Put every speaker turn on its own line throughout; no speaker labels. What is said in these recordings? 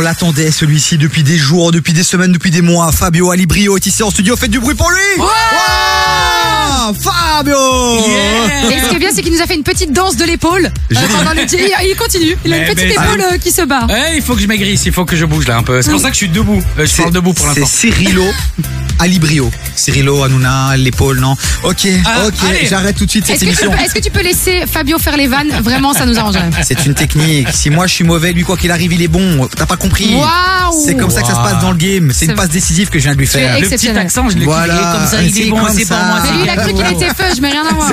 l'attendait celui-ci depuis des jours, depuis des semaines, depuis des mois. Fabio Alibrio est ici en studio, faites du bruit pour lui Ouais Fabio
Et ce qui est bien, c'est qu'il nous a fait une petite danse de l'épaule euh, pendant le jet. Il il continue. Il a une
Eh
petite
ben,
épaule euh, qui se bat.
Ouais, Hein, il faut que je maigrisse, il faut que je bouge là un peu. C'est pour ça que je suis debout. Euh, je parle debout pour
C'est
l'instant.
Cyrilo Alibrio. Cyrilo, Hanouna, l'épaule, non Ok,
Ah,
ok,
allez.
j'arrête tout de suite cette
Est-ce que, tu
émission.
peux- est-ce que tu peux laisser Fabio faire les vannes Vraiment, ça nous arrangerait.
C'est une technique. Si moi je suis mauvais, lui quoi qu'il arrive, il est bon. T'as pas compris
Waouh
C'est comme ça que ça se passe dans le game. C'est
C'est
une passe décisive que je viens de lui
es
faire.
ex-
Le petit
exceptionnel.
accent, je l'ai
Voilà,
voilà, comme ça, il
c'est
est bon,
comme
c'est pas
ça.
moi.
Mais lui, il a
c'est
cru qu'il était fudge, mais rien à voir.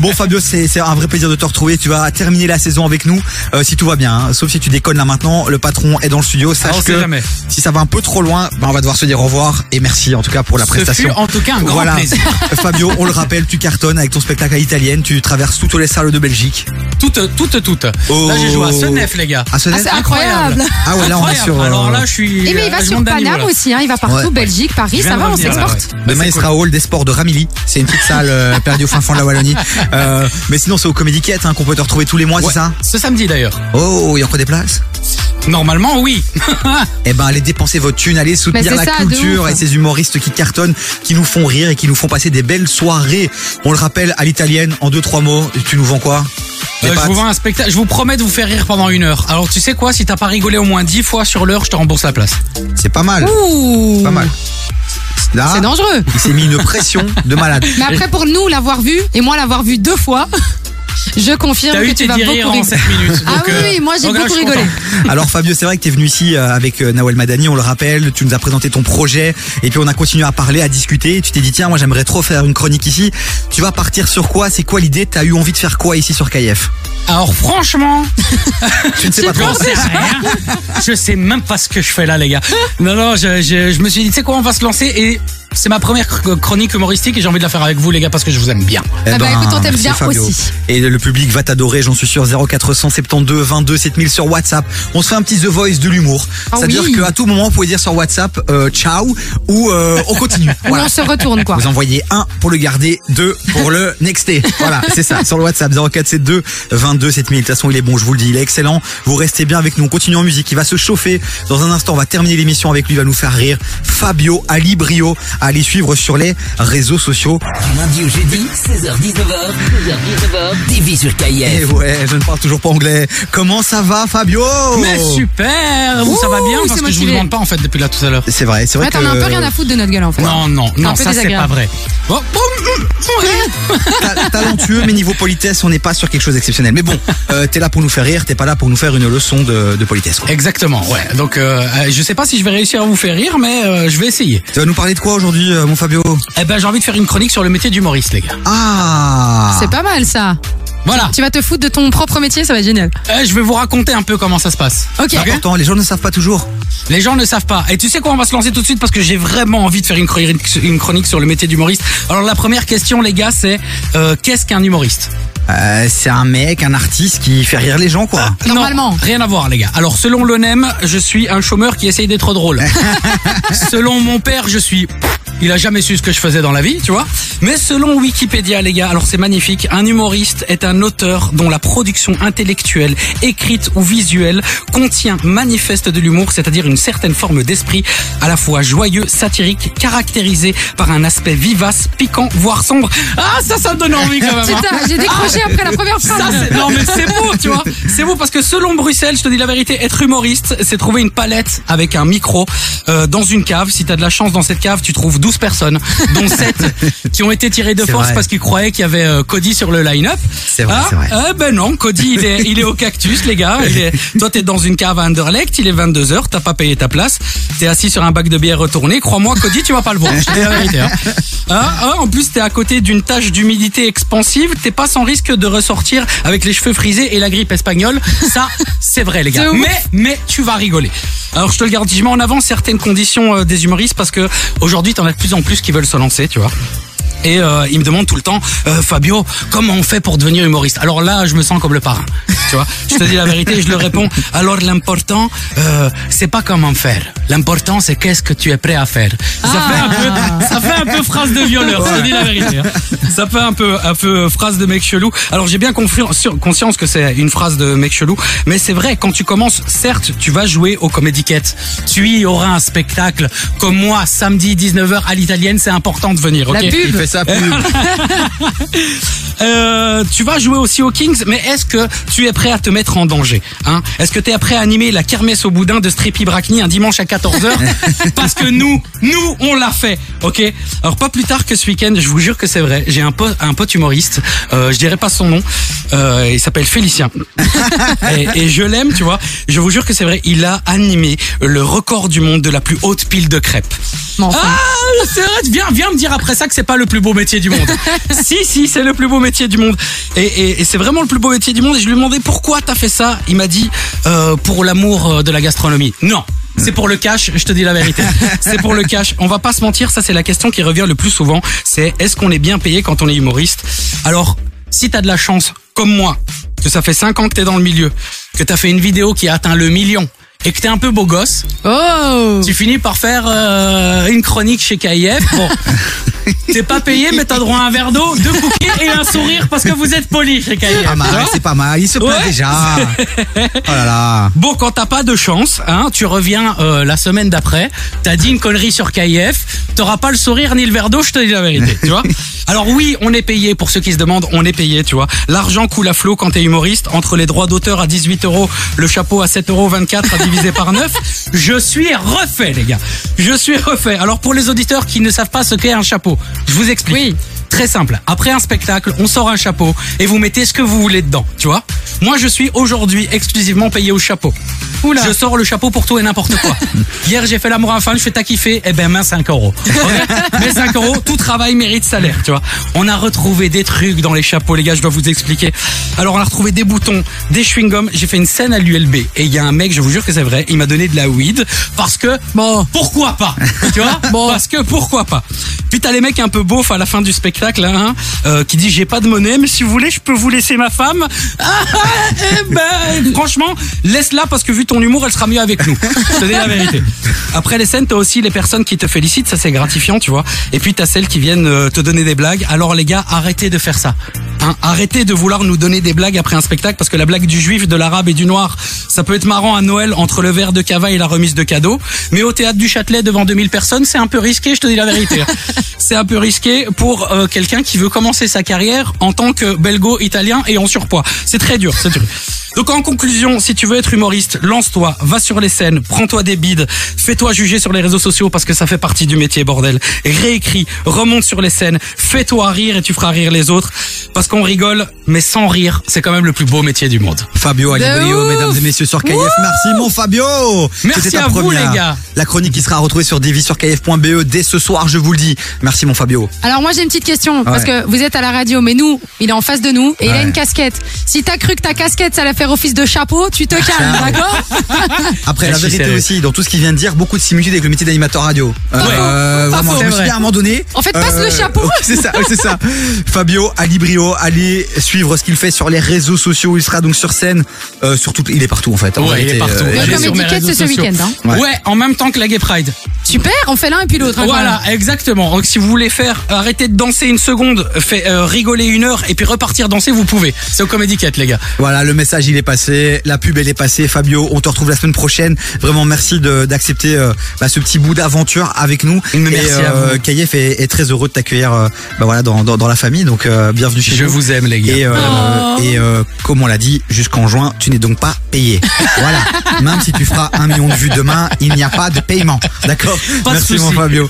Bon Fabio, c'est c'est un vrai plaisir de te retrouver. Tu vas terminer la saison avec nous, euh, si tout va bien. hein. Sauf si tu déconnes là maintenant, le patron est dans le studio. Sache
on sait
que
jamais.
si ça va un peu trop loin, ben, on va devoir se dire au revoir et merci en tout cas pour la
Ce
prestation.
fut, en tout cas un grand
voilà.
plaisir.
Fabio, on le rappelle, tu cartonnes avec ton spectacle à l'italienne, tu traverses toutes les salles de Belgique.
Toutes, toutes, toutes.
Oh.
Là, j'ai joué à Senef, les gars.
À ce
Ah, c'est incroyable.
Ah ouais, là on est
Incroyable.
sur. euh,
Alors là, je suis.
Et Eh, mais il
euh,
va
je
sur
monte d'un niveau,
Paname
là.
aussi, hein, il va partout,
Ouais.
Belgique, Paris,
Je viens
ça
de
va, on
revenir, là,
s'exporte.
ouais. Bah,
Demain, il sera au hall des sports de Ramilly. C'est une petite salle euh, perdue au fin fond de la Wallonie. Euh, mais sinon, c'est au Comédie Quête hein, qu'on peut te retrouver tous les mois,
Ouais.
c'est ça
Ce samedi d'ailleurs.
Oh, il y a encore des places
Normalement, oui.
Eh ben, allez dépenser votre thune, allez soutenir
c'est
la
ça, de
culture
ouf.
et ces humoristes qui cartonnent, qui nous font rire et qui nous font passer des belles soirées. On le rappelle à l'italienne, en deux, trois mots, tu nous vends quoi Des
Euh, je
pâtes
vous vends un spectacle. Je vous promets de vous faire rire pendant une heure. Alors, tu sais quoi Si t'as pas rigolé au moins 10 fois sur l'heure, je te rembourse la place.
C'est pas mal,
Ouh,
pas mal. Là,
Ah.
C'est dangereux.
il s'est mis une pression de malade.
Mais après, pour nous l'avoir vu et moi l'avoir vu deux fois, je confirme
T'as
que
eu
tu
tes
vas
10
beaucoup
rires en
rigoler.
7 minutes.
Ah
donc,
oui,
euh,
oui, moi j'ai
donc là,
beaucoup
je suis
rigolé.
content.
Alors Fabio, c'est vrai que tu es venu ici euh, avec euh, Nawel Madani, on le rappelle, tu nous as présenté ton projet et puis on a continué à parler, à discuter. Et tu t'es dit tiens, moi j'aimerais trop faire une chronique ici. Tu vas partir sur quoi C'est quoi l'idée T'as eu envie de faire quoi ici sur KF
Alors franchement,
Tu ne sais pas trop.
j'en sais rien. Je sais même pas ce que je fais là, les gars. Non, non, je, je, je me suis dit, tu sais quoi, on va se lancer et c'est ma première cr- chronique humoristique et j'ai envie de la faire avec vous, les gars, parce que je vous aime bien.
Eh
Ah bah, écoute, on t'aime
merci,
bien
Fabio.
aussi.
Et le public va t'adorer, j'en suis sûr. 0472 22 7000 sur WhatsApp. On se fait un petit The Voice de l'humour.
Ah
C'est-à-dire
oui.
qu'à tout moment, vous pouvez dire sur WhatsApp euh, ciao ou euh, on continue.
Ou
Voilà.
on se retourne quoi.
Vous envoyez un pour le garder, deux pour le nexter. Voilà, c'est ça. Sur le WhatsApp 0472 22 7000. De toute façon, il est bon, je vous le dis, il est excellent. Vous restez bien avec nous. On continue en musique. Il va se chauffer. Dans un instant, on va terminer l'émission avec lui. Il va nous faire rire. Fabio Alibrio. Allez suivre sur les réseaux sociaux.
Du lundi au jeudi, 16h-19h, 16h-19h, TV sur
Et
KIF.
Eh ouais, je ne parle toujours pas anglais. Comment ça va, Fabio
Mais super, vous, ça va bien
Oh. Ouh,
parce
c'est
que je vous
motivé.
demande pas en fait depuis là tout à l'heure.
C'est vrai, c'est vrai
Ouais,
que.
t'en as un peu rien à foutre de notre gueule en fait.
Non, non,
un
non,
peu
ça c'est
désagréable.
pas vrai. Bon, bon, mm, ouais.
Ta- talentueux, mais niveau politesse, on n'est pas sur quelque chose d'exceptionnel. Mais bon, euh, t'es là pour nous faire rire, t'es pas là pour nous faire une leçon de, de politesse. quoi.
Exactement, ouais. Donc euh, euh, je sais pas si je vais réussir à vous faire rire, mais euh, je vais essayer.
Tu vas nous parler de quoi aujourd'hui, euh, mon Fabio
Eh ben j'ai envie de faire une chronique sur le métier d'humoriste, les gars.
Ah
C'est pas mal ça.
Voilà.
Tu vas te foutre de ton propre métier, ça va être génial.
Eh, je vais vous raconter un peu comment ça se passe.
Ok.
C'est important, Bah, les gens ne savent pas toujours.
Les gens ne savent pas. Et tu sais quoi, on va se lancer tout de suite parce que j'ai vraiment envie de faire une chronique, une chronique sur le métier d'humoriste. Alors la première question, les gars, c'est euh, qu'est-ce qu'un humoriste
Euh, c'est un mec, un artiste qui fait rire les gens,
Ah,
quoi.
Normalement.
Non, rien à voir, les gars. Alors selon l'ONEM, je suis un chômeur qui essaye d'être drôle. selon mon père, je suis... Il a jamais su ce que je faisais dans la vie, tu vois. Mais selon Wikipédia, les gars, alors c'est magnifique, un humoriste est un auteur dont la production intellectuelle, écrite ou visuelle, contient manifeste de l'humour, c'est-à-dire une certaine forme d'esprit, à la fois joyeux, satirique, caractérisé par un aspect vivace, piquant, voire sombre. Ah, ça, ça me donne envie quand même. hein.
Putain, j'ai décroché après la première
Ça,
phrase.
c'est- non mais c'est beau, tu vois. C'est beau parce que selon Bruxelles, je te dis la vérité, être humoriste, c'est trouver une palette avec un micro euh, dans une cave. Si t'as de la chance dans cette cave, tu trouves 12 personnes, dont 7 qui ont été tirées de
C'est
force
vrai.
parce qu'ils croyaient qu'il y avait euh, Cody sur le line-up.
C'est vrai,
Ah,
c'est vrai.
ah, ben non, Cody, il est, il est au cactus, les gars. Il est, toi, t'es dans une cave à Anderlecht, il est 22h, t'as pas payé ta place, t'es assis sur un bac de bière retourné. Crois-moi, Cody, tu vas pas le voir. Je te dis la vérité, hein. Ah, ah, en plus, t'es à côté d'une tache d'humidité expansive, t'es pas sans risque de ressortir avec les cheveux frisés et la grippe espagnole. Ça, c'est vrai, les
C'est
gars.
ouf.
Mais, mais tu vas rigoler. Alors, je te le garantis, je mets en avant certaines conditions euh, des humoristes parce que aujourd'hui, t'en as de plus en plus qui veulent se lancer, tu vois. et euh, il me demande tout le temps euh, Fabio, comment on fait pour devenir humoriste Alors là, je me sens comme le parrain. Tu vois, je te dis la vérité, je le réponds. Alors l'important, euh, c'est pas comment faire. L'important, c'est qu'est-ce que tu es prêt à faire. Ça, fait un peu, ça fait un peu phrase de violeur. Je te dis la vérité. hein. Ça fait un peu, un peu phrase de mec chelou. Alors j'ai bien confli- sur- conscience que c'est une phrase de mec chelou, mais c'est vrai. Quand tu commences, certes, tu vas jouer au comédiquettes. Tu y auras un spectacle comme moi samedi 19h à l'italienne. C'est important de venir.
La
ok
pub.
Il fait ça plus.
euh, tu vas jouer aussi aux Kings, mais est-ce que tu es prêt à te mettre en danger hein Est-ce que tu es prêt à animer la kermesse au boudin de Strepi Bracni un dimanche à 14h Parce que nous, nous, on l'a fait, ok Alors pas plus tard que ce week-end, je vous jure que c'est vrai, j'ai un pote, un pote humoriste, euh, je dirais pas son nom, euh, il s'appelle Félicien. et, et je l'aime, tu vois, je vous jure que c'est vrai, il a animé le record du monde de la plus haute pile de crêpes.
Mais enfin.
Ah, c'est vrai, viens, viens me dire après ça que c'est pas le plus beau métier du monde. si, si, c'est le plus beau métier du monde. Et, et- et c'est vraiment le plus beau métier du monde. Et je lui ai demandé pourquoi t'as fait ça. Il m'a dit euh, pour l'amour euh, de la gastronomie. Non. C'est pour le cash, je te dis la vérité. C'est pour le cash. On va pas se mentir, ça c'est la question qui revient le plus souvent. C'est est-ce qu'on est bien payé quand on est humoriste Alors, si t'as de la chance, comme moi, que ça fait 5 ans que t'es dans le milieu, que t'as fait une vidéo qui a atteint le million, et que t'es un peu beau gosse,
Oh
Ah. tu finis par faire euh, une chronique chez KIF. Bon. T'es pas payé, mais t'as droit à un verre d'eau, deux bouquets et un sourire parce que vous êtes poli chez KIF.
Pas mal, c'est pas mal. Il se plaint
Ouais.
déjà. Oh là là.
Bon, quand t'as pas de chance, hein, tu reviens euh, la semaine d'après, t'as dit une connerie sur KIF, t'auras pas le sourire ni le verre d'eau, je te dis la vérité, tu vois. Alors oui, on est payé, pour ceux qui se demandent, on est payé, tu vois. L'argent coule à flot quand t'es humoriste, entre les droits d'auteur à 18 euros, le chapeau à 7,24 euros à diviser par 9, je suis refait, les gars. Je suis refait. Alors pour les auditeurs qui ne savent pas ce qu'est un chapeau, je vous explique.
Oui.
Très simple. Après un spectacle, on sort un chapeau et vous mettez ce que vous voulez dedans, tu vois. Moi, je suis aujourd'hui exclusivement payé au chapeau.
Oula.
Je sors le chapeau pour tout et n'importe quoi. Hier, j'ai fait l'amour à un fan, je fais t'as kiffé, eh ben, main 5 euros. Ok Mais 5 euros, tout travail mérite salaire, tu vois. On a retrouvé des trucs dans les chapeaux, les gars, je dois vous expliquer. Alors, on a retrouvé des boutons, des chewing-gums. J'ai fait une scène à l'ULB et il y a un mec, je vous jure que c'est vrai, il m'a donné de la weed parce que
Bon.
pourquoi pas Tu vois Parce que pourquoi pas Puis t'as les mecs un peu beaufs à la fin du spectacle hein, euh, qui dit j'ai pas de monnaie mais si vous voulez je peux vous laisser ma femme. Ah, eh ben, franchement laisse-la parce que vu ton humour elle sera mieux avec nous. Je te dis la vérité. Après les scènes t'as aussi les personnes qui te félicitent ça c'est gratifiant tu vois. Et puis t'as celles qui viennent euh, te donner des blagues. Alors les gars arrêtez de faire ça. Hein, arrêtez de vouloir nous donner des blagues après un spectacle parce que la blague du juif, de l'arabe et du noir, ça peut être marrant à Noël entre le verre de cava et la remise de cadeaux. Mais au théâtre du Châtelet devant 2000 personnes, c'est un peu risqué, je te dis la vérité. hein. c'est un peu risqué pour euh, quelqu'un qui veut commencer sa carrière en tant que belgo-italien et en surpoids. C'est très dur, c'est dur. Donc en conclusion, si tu veux être humoriste, lance-toi, va sur les scènes, prends-toi des bides, fais-toi juger sur les réseaux sociaux parce que ça fait partie du métier, bordel. Réécris, remonte sur les scènes, fais-toi rire et tu feras rire les autres. Parce qu'on rigole, mais sans rire, c'est quand même le plus beau métier du monde.
Fabio Alibrio,
ouf.
mesdames et messieurs sur KF. Merci mon Fabio.
Merci
C'était ta
à vous,
première.
les gars.
La chronique qui sera retrouvée sur Divi sur KF.be E dès ce soir, je vous le dis. Merci mon Fabio.
Alors moi j'ai une petite question parce
Ouais.
que vous êtes à la radio mais nous il est en face de nous et il a
Ouais.
une casquette. Si t'as cru que ta casquette ça allait faire office de chapeau, tu te
Ah.
calmes, d'accord
Après
Je
la
suis
vérité
sérieux.
aussi, dans tout ce qu'il vient de dire, beaucoup de similitudes avec le métier d'animateur radio. Euh,
Ouais. Pas
vraiment,
faux.
je me suis
C'est
dit à un moment donné.
En fait, passe le chapeau.
ouais, c'est ça, ouais, c'est ça. Fabio Alibrio, allez suivre ce qu'il fait sur les réseaux sociaux. Il sera donc sur scène, euh, sur tout, il est partout en fait. En
Ouais, il
vérité,
est partout.
euh,
Le
Allez
Comedy
sur mes
Cat,
réseaux
c'est ce
sociaux.
week-end, hein.
Ouais.
Ouais. en même temps que la Gay Pride.
Super, on fait l'un et puis l'autre. hein,
Voilà, exactement. Donc si vous voulez faire arrêter de danser une seconde, fait, euh, rigoler une heure et puis repartir danser, vous pouvez. C'est au Comedy Cat, les gars.
Voilà, le message il est passé, la pub elle est passée. Fabio, on te retrouve la semaine prochaine. Vraiment, merci de- d'accepter euh, bah, ce petit bout d'aventure avec nous.
Merci
Et,
à vous.
Kayef est, est très heureux de t'accueillir euh, bah, voilà, dans, dans, dans la famille. Donc, euh, bienvenue chez
Je
nous.
vous aime, les gars.
Et, euh,
Oh.
et euh, comme on l'a dit, jusqu'en juin, tu n'es donc pas payé. voilà. Même si tu feras un million de vues demain, il n'y a pas de paiement. D'accord
Pas de
Merci mon
souci.
Fabio.